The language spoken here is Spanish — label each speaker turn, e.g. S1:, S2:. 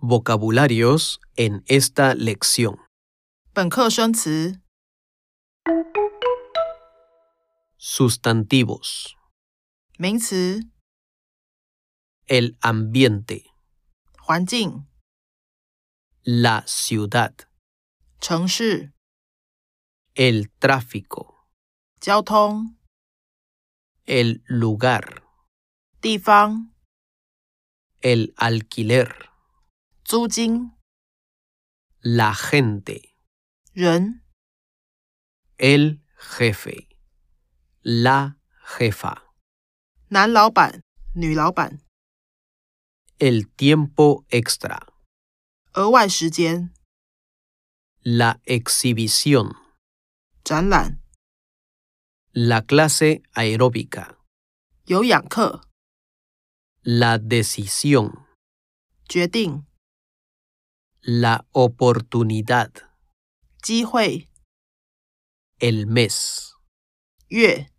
S1: Vocabularios en esta lección.
S2: 本课生词、
S1: Sustantivos.
S2: 名词、
S1: El ambiente.
S2: 环境、
S1: La ciudad.
S2: 城市、
S1: El tráfico.
S2: 交通、
S1: El lugar.
S2: 地方、
S1: El alquiler.
S2: 租金、
S1: La gente.
S2: 人、
S1: El jefe. La jefa.
S2: 男老板、女老板、
S1: El tiempo extra.
S2: 额外时间、
S1: La exhibición.
S2: 展览、
S1: La clase aeróbica.
S2: 有氧课、
S1: La decisión.
S2: 决定、
S1: La oportunidad.
S2: 机会、
S1: El mes.
S2: 月。